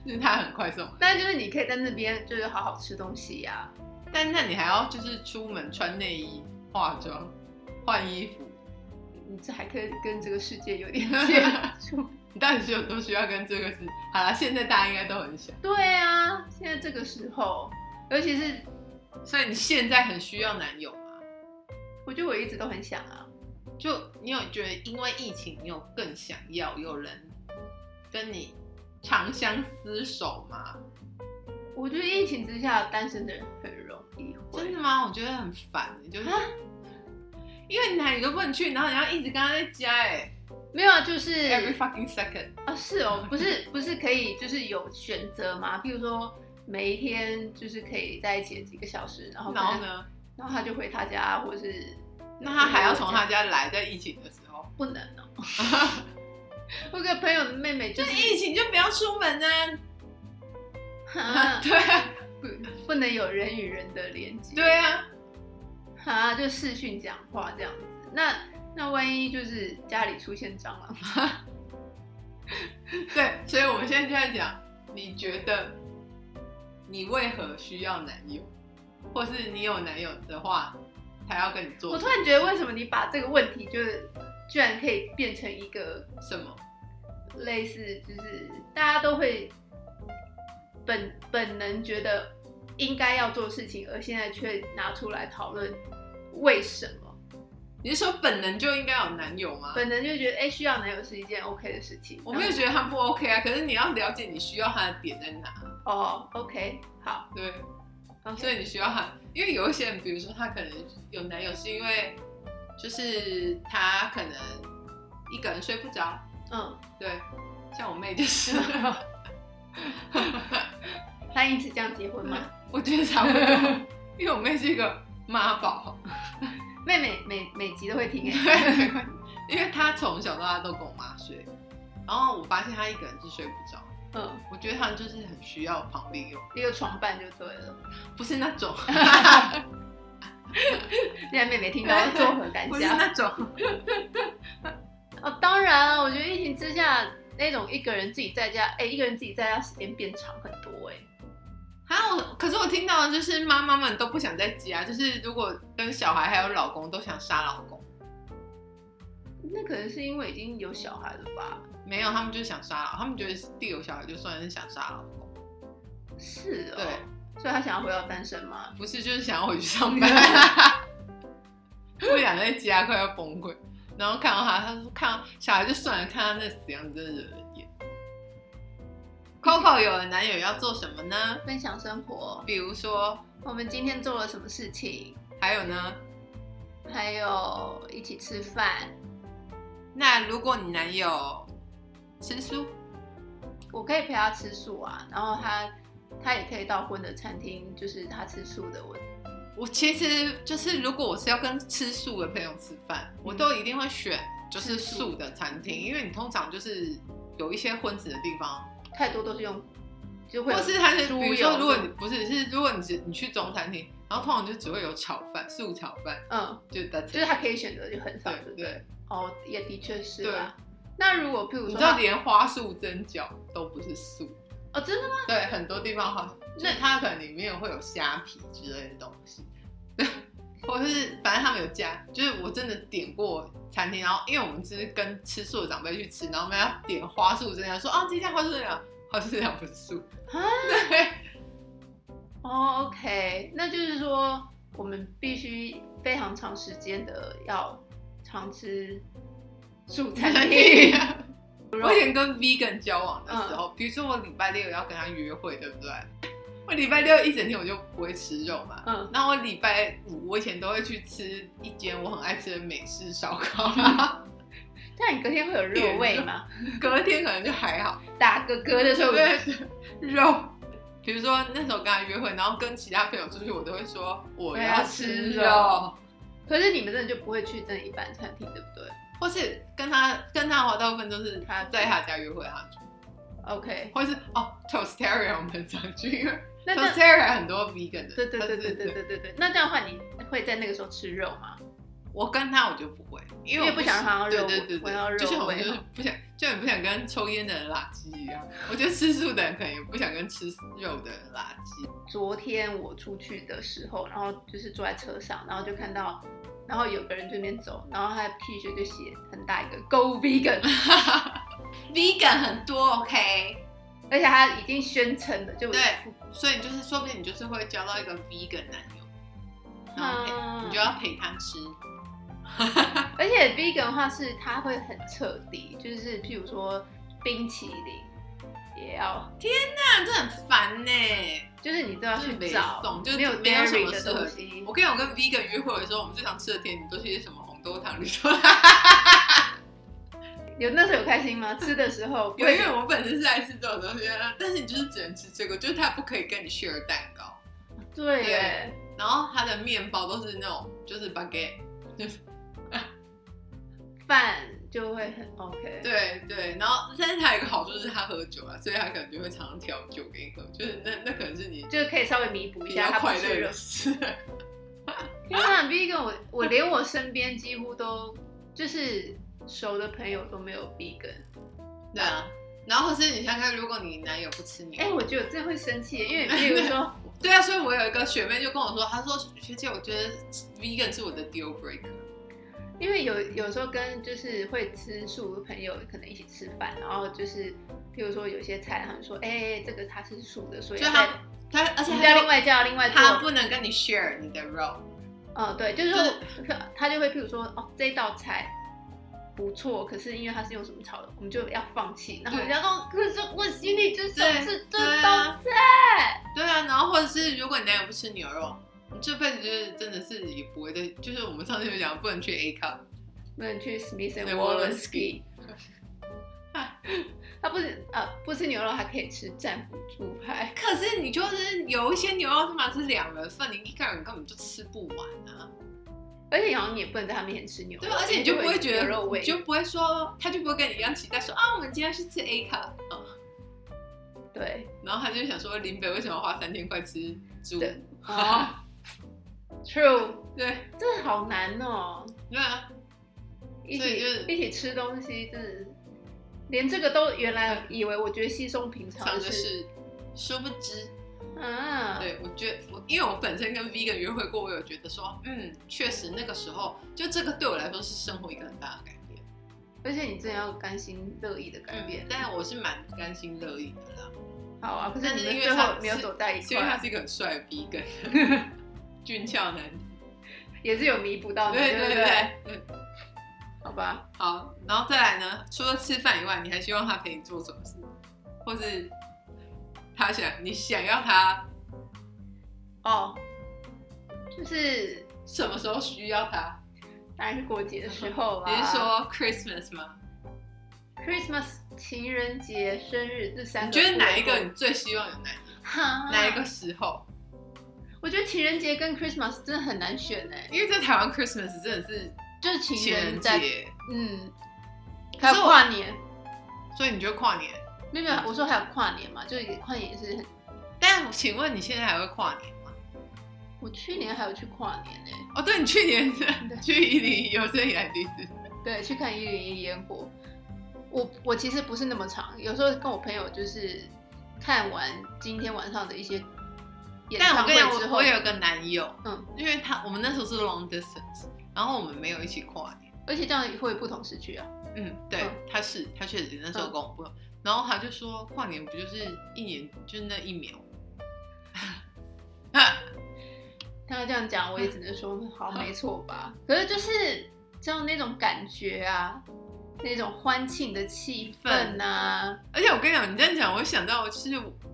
Speaker 1: 就是它很快送。
Speaker 2: 但就是你可以在那边就是好好吃东西呀、
Speaker 1: 但那你还要就是出门穿内衣、化妆、换衣服，
Speaker 2: 你这还可以跟这个世界有点接触。
Speaker 1: 你到底是有多需要跟这个是？好啦，现在大家应该都很想，
Speaker 2: 对啊，现在这个时候，尤其是
Speaker 1: 所以你现在很需要男友吗？
Speaker 2: 我觉得我一直都很想啊，
Speaker 1: 就你有觉得因为疫情，你有更想要有人跟你长相厮守吗？
Speaker 2: 我觉得疫情之下单身的人很容易
Speaker 1: 真
Speaker 2: 会
Speaker 1: 的。吗？我觉得很烦，欸就是
Speaker 2: 啊
Speaker 1: 因为你哪里都不能去，然后你要一直跟他在家、
Speaker 2: 没有，啊，就是
Speaker 1: 哎，every fucking second。
Speaker 2: 啊，是哦，不是不是可以就是有选择吗？譬如说每一天就是可以在一起几个小时，然后可
Speaker 1: 然
Speaker 2: 能
Speaker 1: 后？呢？
Speaker 2: 然后他就回他家，或是
Speaker 1: 那他还要从他家来，在疫情的时候，
Speaker 2: 不能哦。 我有个朋友的妹妹就
Speaker 1: 就是 疫情就不要出门啊。
Speaker 2: 啊
Speaker 1: 对啊，
Speaker 2: 不 不能有人与人的连接，
Speaker 1: 对啊，
Speaker 2: 啊，就视讯讲话这样子。那那万一就是家里出现蟑螂，
Speaker 1: 对，所以我们现在就在讲，你觉得你为何需要男友，或是你有男友的话，他要跟你做
Speaker 2: 我突然觉得为什么你把这个问题就是居然可以变成一个
Speaker 1: 什么？
Speaker 2: 类似，就是大家都会本本能觉得应该要做事情，而现在却拿出来讨论为什么。
Speaker 1: 你是说本能就应该有男友吗？
Speaker 2: 本能就觉得，哎、需要男友是一件 OK 的事情。
Speaker 1: 我没有觉得他不 OK 啊，可是你要了解你需要他的点在哪，
Speaker 2: 然后哦，OK，好
Speaker 1: 对，所
Speaker 2: ，OK，
Speaker 1: 以你需要他，因为有一些人，比如说他可能有男友是因为，就是他可能一个人睡不着，
Speaker 2: 嗯，
Speaker 1: 对，像我妹 就是，
Speaker 2: 他因此这样结婚吗？
Speaker 1: 我觉得差不多，因为我妹是一个妈宝，
Speaker 2: 妹妹每每集都会听哎、
Speaker 1: 对，没关系因为她从小到大都跟我妈睡，然后我发现她一个人是睡不着，
Speaker 2: 嗯，
Speaker 1: 我觉得他们就是很需要旁边有，
Speaker 2: 一个床伴就对了。
Speaker 1: 不是那 种，
Speaker 2: 现在妹妹 听到作何感
Speaker 1: 不是
Speaker 2: 想？
Speaker 1: 那种，
Speaker 2: 哦，当然啊，我觉得疫情之下那种一个人自己在家，哎、一个人自己在家时间变长很多、哎，
Speaker 1: 啊，我可是我听到的就是妈妈们都不想在家，就是如果跟小孩还有老公都想杀老公，
Speaker 2: 那可能是因为已经有小孩了吧？
Speaker 1: 没有，他们就是想杀老，他们觉得地有小孩就算是想杀老公，
Speaker 2: 是哦，
Speaker 1: 对，
Speaker 2: 所以她想要回到单身吗？
Speaker 1: 不是就是想要回去上班， 不想在家快要崩溃。然后看到他，他说看到小孩就算了，看他那死样子真的惹人厌。Coco 有了男友要做什么呢？
Speaker 2: 分享生活，
Speaker 1: 比如说，
Speaker 2: 我们今天做了什么事情？
Speaker 1: 还有呢？
Speaker 2: 还有一起吃饭。
Speaker 1: 那如果你男友吃素，
Speaker 2: 我可以陪他吃素啊，然后他他也可以到荤的餐厅，就是他吃素的我。
Speaker 1: 我其实就是如果我是要跟吃素的朋友吃饭，我
Speaker 2: 嗯
Speaker 1: 都一定会选就是素的餐厅，因为你通常就是有一些荤食的地方，
Speaker 2: 太多都是用，就会
Speaker 1: 或
Speaker 2: 有
Speaker 1: 是它是
Speaker 2: 猪
Speaker 1: 比如
Speaker 2: 油
Speaker 1: 说如果你不是是如果你只你去中餐厅，然后通常就只会有炒饭素炒饭，
Speaker 2: 嗯，
Speaker 1: 就 that's it
Speaker 2: 就是他可以选择就很少，对
Speaker 1: 对
Speaker 2: 不
Speaker 1: 对
Speaker 2: 对？，哦，也的确是啦。那如果譬如
Speaker 1: 你
Speaker 2: 说
Speaker 1: 知
Speaker 2: 他，
Speaker 1: 道连花素蒸饺都不是素，
Speaker 2: 哦，真的吗？
Speaker 1: 对，很多地方花，
Speaker 2: 那
Speaker 1: 那它可能里面会有虾皮之类的东西， 对，或者是反正他们有加，就是我真的点过餐厅，然后因为我们只是跟吃素的长辈去吃，然后我们要点花素蒸饺，说啊这家花素蒸饺，花素蒸饺不是素，
Speaker 2: 啊
Speaker 1: 对，
Speaker 2: 哦，OK，那就是说我们必须非常长时间的要常吃素餐厅。
Speaker 1: 我以前跟 vegan 交往的时候，比如说我礼拜六要跟他约会，对不对？我礼拜六一整天我就不会吃肉嘛。
Speaker 2: 嗯，
Speaker 1: 那我礼拜五，我以前都会去吃一间我很爱吃的美式烧烤，
Speaker 2: 但你隔天会有
Speaker 1: 点
Speaker 2: 肉味
Speaker 1: 肉
Speaker 2: 吗？
Speaker 1: 隔天可能就还好，
Speaker 2: 打嗝嗝的时候，
Speaker 1: 对肉。比如说那时候跟他约会，然后跟其他朋友出去，我都会说我要吃
Speaker 2: 我要
Speaker 1: 肉，
Speaker 2: 可是你们真的就不会去真的一般餐厅，对不对
Speaker 1: 或是跟他跟他的话，大部分都是他在他家约会，他煮，
Speaker 2: ？OK，
Speaker 1: 或是哦 Toasteria 我们很常去，因为
Speaker 2: 那这样
Speaker 1: Toasteria 很多 vegan 的，
Speaker 2: 对对对对对对对对。那这样的话，你会在那个时候吃肉吗？
Speaker 1: 我跟他我就不会，因为
Speaker 2: 因为
Speaker 1: 我
Speaker 2: 不想让他
Speaker 1: 对
Speaker 2: 肉
Speaker 1: 对对
Speaker 2: 我要
Speaker 1: 对，
Speaker 2: 肉
Speaker 1: 就像我
Speaker 2: 味
Speaker 1: 就是
Speaker 2: 嘛
Speaker 1: 不想，就很不想跟抽烟的人拉鸡一样。我觉得吃素的人可能也不想跟吃肉的人拉鸡。
Speaker 2: 昨天我出去的时候，然后就是坐在车上，然后就看到，然后有个人这边走，然后他的 T 恤就写很大一个 “Go Vegan”，
Speaker 1: vegan 很多 OK，
Speaker 2: 而且他已经宣称了，就
Speaker 1: 对，所以你就是说不定你就是会交到一个 vegan 男友，然后陪、
Speaker 2: 嗯
Speaker 1: 你就要陪他吃。
Speaker 2: 而且 vegan 的话是他会很彻底，就是譬如说冰淇淋也要，
Speaker 1: 那这很烦呢、
Speaker 2: 就是你都要去
Speaker 1: 就是没
Speaker 2: 找
Speaker 1: 送就是
Speaker 2: 没有
Speaker 1: 没有什么
Speaker 2: dairy 的
Speaker 1: 适合
Speaker 2: 东西
Speaker 1: 我，跟你讲，我跟 vegan 约会的时候，我们最常吃的甜点都是一些什么红豆汤、绿豆汤。
Speaker 2: 有那时候有开心吗？吃的时候
Speaker 1: 有，因为我本身是爱吃这种东西的，但是你就是只能吃这个，就是它不可以跟你 share 蛋糕。
Speaker 2: 对
Speaker 1: 对
Speaker 2: 耶。
Speaker 1: 然后它的面包都是那种就是 baguette，
Speaker 2: 饭就会很 OK。，
Speaker 1: 对对，然后但是它有一个好处是它喝酒啊，所以它可能就会常常调酒给你喝，就是那那可能是你
Speaker 2: 就是可以稍微弥补一
Speaker 1: 比
Speaker 2: 下
Speaker 1: 较
Speaker 2: 他不
Speaker 1: 快
Speaker 2: 吃
Speaker 1: 乐
Speaker 2: 肉
Speaker 1: 的。事。
Speaker 2: 天啊，vegan 我我连我身边几乎都就是熟的朋友都没有 vegan。
Speaker 1: 对啊，然后或是你想想看，如果你男友不吃你，
Speaker 2: 哎、我觉得我真的会生气耶，因为比如说
Speaker 1: 对啊，所以我有一个学妹就跟我说，她说学姐，我觉得 vegan 是我的 deal breaker。
Speaker 2: 因为有有时候跟就是会吃素的朋友可能一起吃饭，然后就是譬如说有些菜，他们说哎、这个它是素的，所以
Speaker 1: 就
Speaker 2: 它
Speaker 1: 他他，而且
Speaker 2: 你
Speaker 1: 他
Speaker 2: 要另外叫另外
Speaker 1: 他
Speaker 2: 做。
Speaker 1: 不能跟你 share 你的肉，
Speaker 2: 嗯，对，就是说
Speaker 1: 就是
Speaker 2: 他就会譬如说哦这道菜。不错，可是因为它是用什么炒的，我们就要放弃。然后
Speaker 1: 对
Speaker 2: 人家说，可是我心里就是想
Speaker 1: 对
Speaker 2: 吃这
Speaker 1: 对
Speaker 2: 道
Speaker 1: 啊
Speaker 2: 菜。
Speaker 1: 对啊，然后或者是如果你男友不吃牛肉，你这辈子就是真的是也不会再，就是我们上次有讲不能去 A cup，
Speaker 2: 不能去 Smith and
Speaker 1: The
Speaker 2: Wollensky
Speaker 1: Wollensky。
Speaker 2: 他不是呃不吃牛肉，还可以吃战斧猪排。
Speaker 1: 可是你就是有一些牛肉他妈是两人份，你一个人根本就吃不完啊，
Speaker 2: 而且好像你也不能在他面前吃牛肉，
Speaker 1: 对吧？啊而且哦你就不会觉
Speaker 2: 因为会有牛肉
Speaker 1: 得，
Speaker 2: 味
Speaker 1: 你。就不会说，他就不会跟你一样期待说啊，我们今天去吃 A cup，、嗯、
Speaker 2: 对，
Speaker 1: 然后他就想说，林北为什么要花三千块吃猪？
Speaker 2: 对哦，True，
Speaker 1: 对，
Speaker 2: 这好难哦，
Speaker 1: 对啊，
Speaker 2: 一
Speaker 1: 所以
Speaker 2: 起
Speaker 1: 就是
Speaker 2: 一起吃东西，真的连这个都原来以为我觉得稀松平常
Speaker 1: 常
Speaker 2: 的
Speaker 1: 的
Speaker 2: 事，
Speaker 1: 是，嗯殊不知，
Speaker 2: 啊，
Speaker 1: 对我觉得我因为我本身跟 vegan 约会过，我有觉得说，嗯，确实那个时候就这个对我来说是生活一个很大的改变，
Speaker 2: 而且你真的要甘心乐意的改变，
Speaker 1: 嗯但我是蛮甘心乐意的啦，
Speaker 2: 好啊，可
Speaker 1: 但
Speaker 2: 是
Speaker 1: 是
Speaker 2: 你们
Speaker 1: 因为
Speaker 2: 最
Speaker 1: 他
Speaker 2: 后没有
Speaker 1: 是
Speaker 2: 走在一
Speaker 1: 因为他
Speaker 2: 块，啊
Speaker 1: 是一个很帅的 vegan，俊 俏男子，
Speaker 2: 也是有弥补到你，
Speaker 1: 哦对
Speaker 2: 不
Speaker 1: 对
Speaker 2: 对？
Speaker 1: 对，对
Speaker 2: 好吧，
Speaker 1: 好，然后再来呢，除了吃饭以外，你还希望他陪你做什么事，或是他想你想要他
Speaker 2: 哦，就是
Speaker 1: 什么时候需要他？
Speaker 2: 当然是过节的时候啦，
Speaker 1: 你是说 Christmas 吗？
Speaker 2: Christmas、情人节、生日这三个，啊
Speaker 1: 你觉得哪一个你？最希望有哪一
Speaker 2: 哈，
Speaker 1: 哪一个？时候？
Speaker 2: 我觉得情人节跟 Christmas 真的很难选哎，
Speaker 1: 因为在台湾 Christmas 真的是
Speaker 2: 就是情
Speaker 1: 情人
Speaker 2: 人在，
Speaker 1: 节，
Speaker 2: 嗯，
Speaker 1: 可
Speaker 2: 还
Speaker 1: 是
Speaker 2: 有
Speaker 1: 我
Speaker 2: 跨年，
Speaker 1: 所以你觉得跨年？
Speaker 2: 没有没有，我说还有跨年嘛，就是跨年也是很，
Speaker 1: 但请问你现在还会跨年吗？
Speaker 2: 我去年还有去跨年哎，
Speaker 1: 哦，对，你去年
Speaker 2: 对
Speaker 1: 去一零一有生以来第一次。
Speaker 2: 对，去看一零一烟火。我我其实不是那么长，有时候跟我朋友就是看完今天晚上的一些演
Speaker 1: 但
Speaker 2: 唱
Speaker 1: 我
Speaker 2: 会
Speaker 1: 跟你讲，
Speaker 2: 之
Speaker 1: 我
Speaker 2: 后
Speaker 1: 我，有个男友，
Speaker 2: 嗯，
Speaker 1: 因为他我们那时候是 long distance，然后我们没有一起跨年。
Speaker 2: 而且这样会不同时区啊，
Speaker 1: 嗯，对，
Speaker 2: 嗯
Speaker 1: 他是他确实那时候跟我不，然后他就说跨年不就是一年就是那一秒，
Speaker 2: 他这样讲，我也只能说好，没错吧？ 可是就是这样那种感觉啊，那种欢庆的气氛啊，
Speaker 1: 而且我跟你讲，你这样讲，我想到就是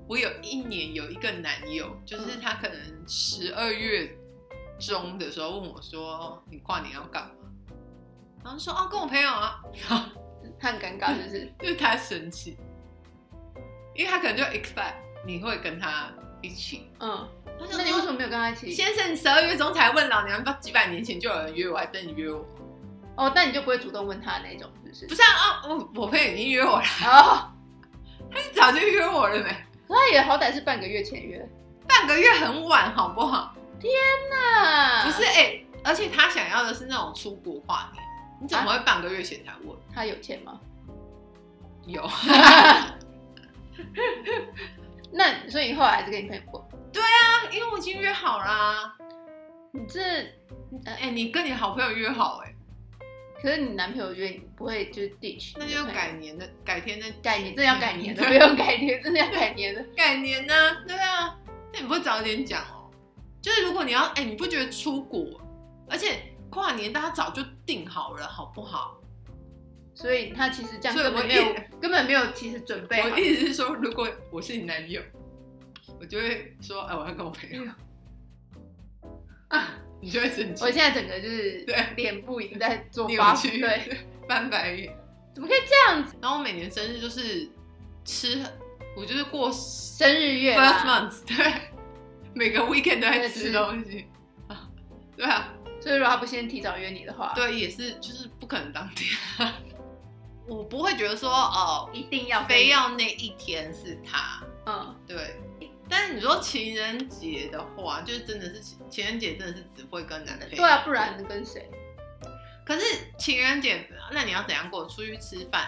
Speaker 1: 我有一年有一个男友，就是他可
Speaker 2: 嗯
Speaker 1: 能十二月中的时候问我说：“你跨年要干嘛？”然后就说：“哦，跟我朋友啊。
Speaker 2: 很尴尬，是 不是？”
Speaker 1: 就是他生气，因为他可能就 expect 你会跟他一起。
Speaker 2: 嗯，
Speaker 1: 他想
Speaker 2: 那你为什
Speaker 1: 说
Speaker 2: 么没有跟他一起？
Speaker 1: 先生，你十二月中才问老娘，不知道几百年前就有人约我，还等你约我？
Speaker 2: 哦，但你就不会主动问他那种，是不是？
Speaker 1: 不是啊，啊我我朋友已经约我了，
Speaker 2: 哦，
Speaker 1: 他一早就约我了没？
Speaker 2: 可他也好歹是半个月前约，
Speaker 1: 半个月很晚，好不好？
Speaker 2: 那
Speaker 1: 不是哎、欸而且他想要的是那种出国跨年，你怎么会半个月前才问？
Speaker 2: 他有钱吗？
Speaker 1: 有，
Speaker 2: 那所以你后来还是跟你朋友过？
Speaker 1: 因为我已经约好啦。
Speaker 2: 你这
Speaker 1: 哎、你跟你好朋友约好哎、
Speaker 2: 可是你男朋友约你不会就是 ditch，
Speaker 1: 那
Speaker 2: 你
Speaker 1: 就要
Speaker 2: 的朋友
Speaker 1: 改年的，改天的，
Speaker 2: 改年，真的要改年的，不
Speaker 1: 对
Speaker 2: 用改年，真的要改年的。
Speaker 1: 改年呢、对啊，那你不会早点讲哦？就是如果你要，哎、你不觉得出国，而且跨年大家早就定好了，好不好？
Speaker 2: 所以他其实这样
Speaker 1: 所以
Speaker 2: 根
Speaker 1: 我
Speaker 2: 本没有根本没有其实准备好
Speaker 1: 我。意思是说，如果我是你男友，我就会说，哎、我要跟我朋友，
Speaker 2: 啊
Speaker 1: 你就会生气
Speaker 2: 我，现在整个就是
Speaker 1: 对
Speaker 2: 脸部已经在做
Speaker 1: 扭
Speaker 2: 发福，
Speaker 1: 曲，
Speaker 2: 对，，
Speaker 1: 翻白眼。
Speaker 2: 怎么可以这样子？
Speaker 1: 然后我每年生日就是吃，我就是过
Speaker 2: 生日月
Speaker 1: first
Speaker 2: 啊，
Speaker 1: month，对，每个 weekend 都在吃
Speaker 2: 在吃
Speaker 1: 东西啊，对啊，
Speaker 2: 所以如果他不先提早约你的话，，
Speaker 1: 对，也是就是不可能当天，啊 我不会觉得说哦，
Speaker 2: 一定要
Speaker 1: 非要那一天是他，
Speaker 2: 嗯，
Speaker 1: 对。但是你说情人节的话，就是真的是情情人节真的是只会跟男的
Speaker 2: 对啊，不然能跟谁？
Speaker 1: 可是情人节，那你要怎样过？出去吃饭，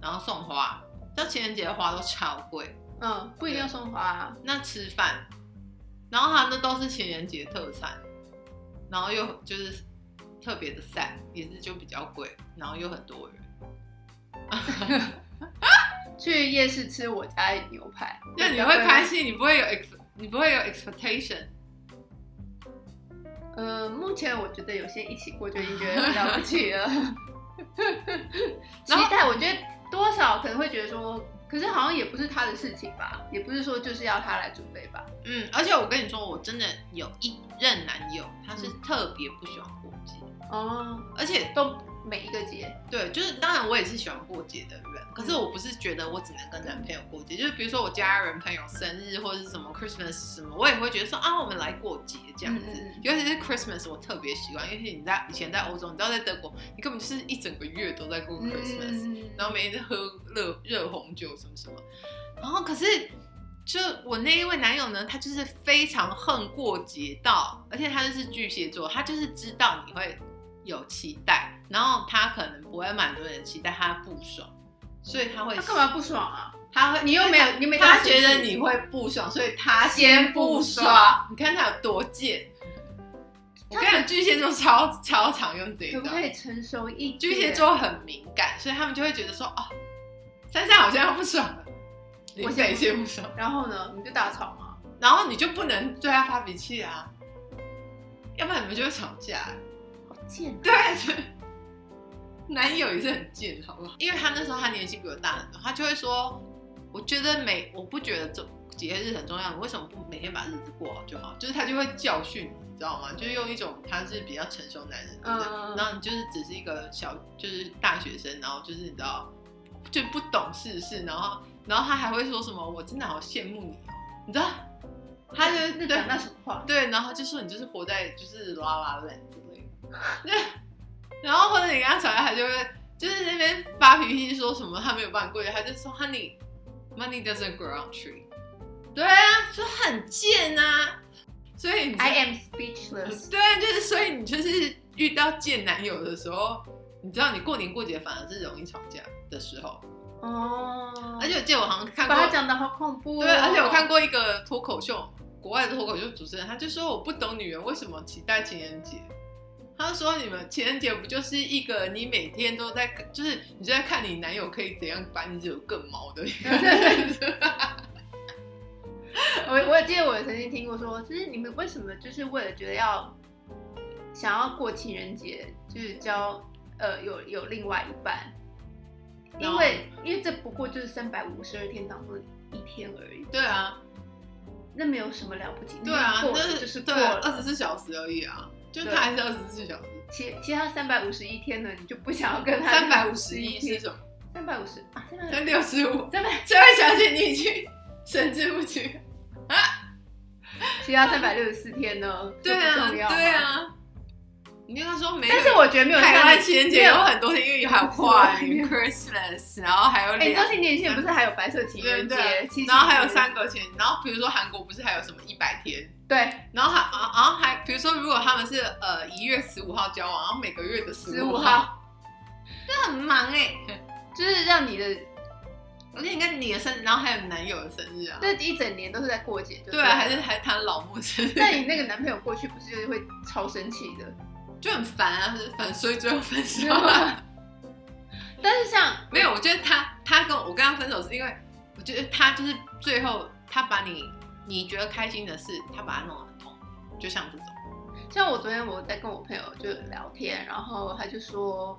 Speaker 1: 然后送花，像情人节的花都超贵。
Speaker 2: 嗯，不一定要送花啊，
Speaker 1: 那吃饭，然后他那都是情人节特产，然后又就是特别的 sad，也是就比较贵，然后又很多人。
Speaker 2: 去夜市吃我家牛排，
Speaker 1: 那你
Speaker 2: 比较
Speaker 1: 会
Speaker 2: 贵
Speaker 1: 开？心，你不会有 ex，你不会有 expectation。
Speaker 2: 呃，目前我觉得有些一起过就已经觉得很了不起了。期
Speaker 1: 然后
Speaker 2: 待，我觉得多少可能会觉得说，可是好像也不是他的事情吧，也不是说就是要他来准备吧。
Speaker 1: 嗯，而且我跟你说，我真的有一任男友，他是
Speaker 2: 嗯
Speaker 1: 特别不喜欢过节，
Speaker 2: 哦，
Speaker 1: 而且
Speaker 2: 都每一个节，
Speaker 1: 对，就是当然我也是喜欢过节的人，可是
Speaker 2: 嗯
Speaker 1: 我不是觉得我只能跟男朋友过节，就是比如说我家人朋友生日或者是什么 Christmas 什么，我也会觉得说啊，我们来过节这样子。
Speaker 2: 嗯嗯嗯
Speaker 1: 尤其是 Christmas，我特别喜欢，尤其你在以前在欧洲，你知道在德国，你根本就是一整个月都在过 Christmas，、
Speaker 2: 嗯，
Speaker 1: 然后每天在喝热热红酒什么什么，然后可是就我那一位男友呢，他就是非常恨过节到，而且他就是巨蟹座，他就是知道你会有期待，然后他可能不会满足你的期待，他不爽，所以他会
Speaker 2: 他干嘛不爽啊？
Speaker 1: 他会，
Speaker 2: 你又没有
Speaker 1: 因为他
Speaker 2: 你没
Speaker 1: 他
Speaker 2: 当时
Speaker 1: 觉得
Speaker 2: 是
Speaker 1: 你会不爽，所以他先
Speaker 2: 先
Speaker 1: 不
Speaker 2: 不
Speaker 1: 爽
Speaker 2: 爽。
Speaker 1: 你看他有多贱！我
Speaker 2: 他
Speaker 1: 跟你讲，巨蟹座超超常用这一
Speaker 2: 可不
Speaker 1: 招
Speaker 2: 可。以成熟一点？
Speaker 1: 巨蟹，座很敏感，所以他们就会觉得说，哦，珊珊好像要不爽了，林
Speaker 2: 我想
Speaker 1: 北先不爽，
Speaker 2: 然后呢，你们就大吵嘛。
Speaker 1: 然后你就不能对他发脾气啊，要不然你们就会吵架。
Speaker 2: 好贱啊！
Speaker 1: 对，男友也是很贱，好不好？因为他那时候他年纪比我大很多，他就会说，我觉得每我不觉得这节日很重要，你为什么不每天把日子过好就好？就是他就会教训你，你知道吗？就是用一种他是比较成熟男人，
Speaker 2: 嗯
Speaker 1: 嗯、然后你就是只是一个小就是大学生，然后就是你知道就不懂世事，然后然后他还会说什么，我真的好羡慕你哦，你知道？他就
Speaker 2: 那
Speaker 1: 对。
Speaker 2: 讲那什么话？
Speaker 1: 对，然后就说你就是活在就是拉拉烂之类的， 对，然后或者你跟他吵架，他就会就是那边发脾气说什么他没有办法过去，他就说 Honey money doesn't grow on tree，对啊，就很贱啊，所以你
Speaker 2: I am speechless。
Speaker 1: 对啊，就是所以你就是遇到贱男友的时候，你知道你过年过节反而是容易吵架的时候，
Speaker 2: 哦，
Speaker 1: 而且我记得我好像看
Speaker 2: 把他
Speaker 1: 过
Speaker 2: 讲的好恐怖、哦。
Speaker 1: 对，而且我看过一个脱口秀，国外的脱口秀主持人，他就说我不懂女人为什么期待情人节。他就说你们情人节不就是一个你每天都在，就是你就在看你男友可以怎样把你惹更毛的一个
Speaker 2: 我我也记得我曾经听过说，就是你们为什么就是为了觉得要想要过情人节，就是交呃有有另外一半，
Speaker 1: 然
Speaker 2: 因
Speaker 1: 后
Speaker 2: 为因为这不过就是三百五十二天当中的一天而已，
Speaker 1: 对啊，
Speaker 2: 那没有什么了不起，
Speaker 1: 对啊
Speaker 2: 你，过
Speaker 1: 那
Speaker 2: 了就是过
Speaker 1: 对啊二
Speaker 2: 了。
Speaker 1: 十四小时而已啊，就是
Speaker 2: 对
Speaker 1: 他还是二十四小时。
Speaker 2: 其其他三百五十一天呢，你就不想要跟他
Speaker 1: 三百五十一是什么？
Speaker 2: 三百五十啊，三百
Speaker 1: 三六十五。
Speaker 2: 三百，
Speaker 1: 这位小姐，你已经神志不清。
Speaker 2: 其他三百六十四天呢，就
Speaker 1: 对
Speaker 2: 不
Speaker 1: 啊，
Speaker 2: 重要
Speaker 1: 对，啊。你跟他说没有？
Speaker 2: 但是我觉得没有
Speaker 1: 台
Speaker 2: 像
Speaker 1: 湾
Speaker 2: 你
Speaker 1: 情人节有很多天，因为有还有 跨年 Christmas，然后还有
Speaker 2: 哎，你知道
Speaker 1: 两，
Speaker 2: 今年现在不是还有白色情
Speaker 1: 对
Speaker 2: 人
Speaker 1: 不
Speaker 2: 节
Speaker 1: 对，
Speaker 2: 七夕
Speaker 1: 然后还
Speaker 2: 情
Speaker 1: 有
Speaker 2: 人节
Speaker 1: 三个情人，然后比如说韩国不是还有什么一百天，
Speaker 2: 对
Speaker 1: 然后还啊，然后还比如说如果他们是呃一月十五号交往，然后每个月的
Speaker 2: 十
Speaker 1: 五
Speaker 2: 五
Speaker 1: 号，
Speaker 2: 号，
Speaker 1: 那很忙哎、
Speaker 2: 就是让你的
Speaker 1: 而且你看你的生日，然后还有你男友的生日啊，
Speaker 2: 这一整年都是在过节，就
Speaker 1: 对啊，还是还谈老木生日，
Speaker 2: 那你那个男朋友过去不是就是会超生气 的？
Speaker 1: 就很烦啊，反所以最后分 手。
Speaker 2: 但是像
Speaker 1: 啊没有，我觉得他他跟我跟他分手是因为，我觉得他就是最后他把你你觉得开心的事，他把它弄得很痛苦，就像这种，
Speaker 2: 像我昨天我在跟我朋友就聊天，然后他就说，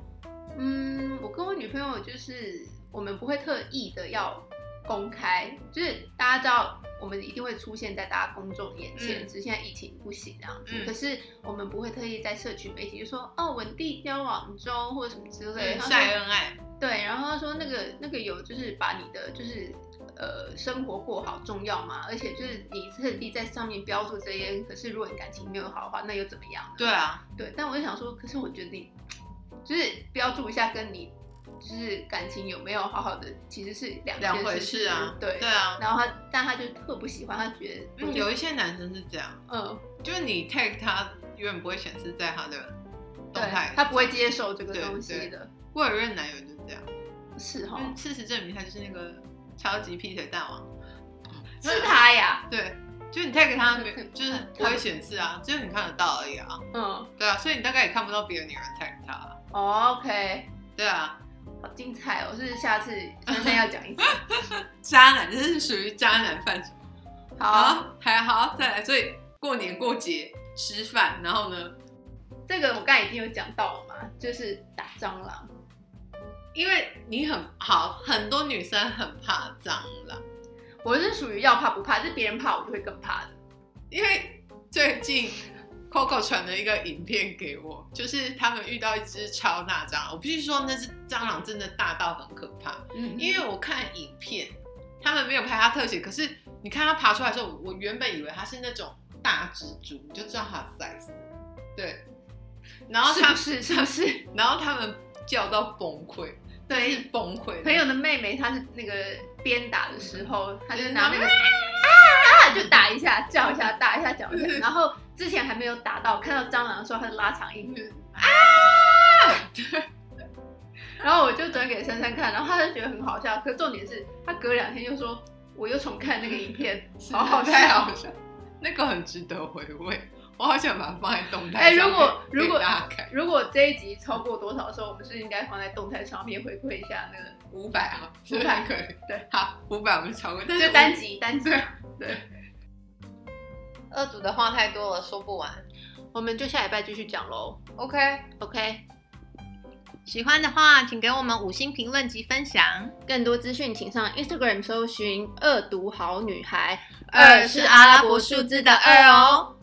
Speaker 2: 嗯，我跟我女朋友就是我们不会特意的要公开，就是大家知道我们一定会出现在大家公众眼前，
Speaker 1: 嗯
Speaker 2: 只是现在疫情不行这样子，
Speaker 1: 嗯
Speaker 2: 可是我们不会特意在社群媒体就说哦稳定交往中或者什么之类的，他说
Speaker 1: 嗯晒恩爱，
Speaker 2: 对，然后他说那个那个有就是把你的就是呃生活过好重要嘛，而且就是你特地在上面标注这些，可是如果你感情没有好的话，那又怎么样呢？
Speaker 1: 对啊，
Speaker 2: 对，但我就想说，可是我觉得你就是标注一下跟你就是感情有没有好好的其实是两
Speaker 1: 两
Speaker 2: 件
Speaker 1: 回
Speaker 2: 事
Speaker 1: 事啊，
Speaker 2: 对。
Speaker 1: 对啊，
Speaker 2: 然后他，但他就特不喜欢，他觉得
Speaker 1: 嗯，有一些男生是这样，
Speaker 2: 嗯，
Speaker 1: 就是你 tag 他永远不会显示在他的动
Speaker 2: 对
Speaker 1: 态，，
Speaker 2: 他不会接受这个
Speaker 1: 对
Speaker 2: 东西
Speaker 1: 对嗯
Speaker 2: 的，
Speaker 1: 我有一任男友就是这样，
Speaker 2: 是哈
Speaker 1: 因，为事实证明他就是那个超级劈腿大王，
Speaker 2: 是他呀，
Speaker 1: 对，就是你 tag 他没有，就是他会显示啊，只有你看得到而已啊，
Speaker 2: 嗯
Speaker 1: 对啊，所以你大概也看不到别的女人 tag 他啊，
Speaker 2: 哦，OK，
Speaker 1: 对啊。
Speaker 2: 好精彩哦！是下次珊珊要 讲一次。
Speaker 1: 渣男，这是属于渣男范畴。
Speaker 2: 好，
Speaker 1: 好，还好，再来。所以过年过节吃饭，然后呢，
Speaker 2: 这个我刚才已经有讲到了嘛，就是打蟑螂。
Speaker 1: 因为你很好，很多女生很怕蟑螂，
Speaker 2: 我是属于要怕不怕，就是别人怕我就会更怕的。
Speaker 1: 因为最近 Coco 传了一个影片给我，就是他们遇到一只超大蟑螂，我必须说那只蟑螂真的大到很可怕。
Speaker 2: 嗯
Speaker 1: 因为我看影片，他们没有拍它特写，可是你看它爬出来的时候，我原本以为它是那种大蜘蛛，你就知道它的 size。对，然后
Speaker 2: 是
Speaker 1: 他
Speaker 2: 不是是不是？
Speaker 1: 然后他们叫到崩溃，
Speaker 2: 对
Speaker 1: 是崩溃。
Speaker 2: 嗯朋友的妹妹她是那个鞭打的时候，她就拿那个，啊就打一下，叫一下，打一下，叫一下。然后之前还没有打到，看到蟑螂的时候，它就拉长音，就是啊！ 然后我就转给珊珊看，然后她就觉得很好笑。可重点是，她隔两天就说，我又重看那个影片，好好笑。
Speaker 1: 太好笑，那个很值得回味。我好想把它放在动态。
Speaker 2: 哎如果如果
Speaker 1: 大家看
Speaker 2: 如果这一集超过多少的时候，我们是不是应该放在动态上面回馈一下那个，
Speaker 1: 五百啊，
Speaker 2: 500
Speaker 1: 500可以，
Speaker 2: 对，
Speaker 1: 好，五百我们超过，但是
Speaker 2: 就单集单集
Speaker 1: 对，
Speaker 2: 对，
Speaker 1: 二组的话太多了，说不完。
Speaker 2: 我们就下礼拜继续讲喽。
Speaker 1: OK，
Speaker 2: OK，
Speaker 1: 喜欢的话请给我们五星评论及分享。
Speaker 2: 更多资讯请上 Instagram 搜寻“恶毒好女孩”，
Speaker 1: 二是阿拉伯数字的二哦。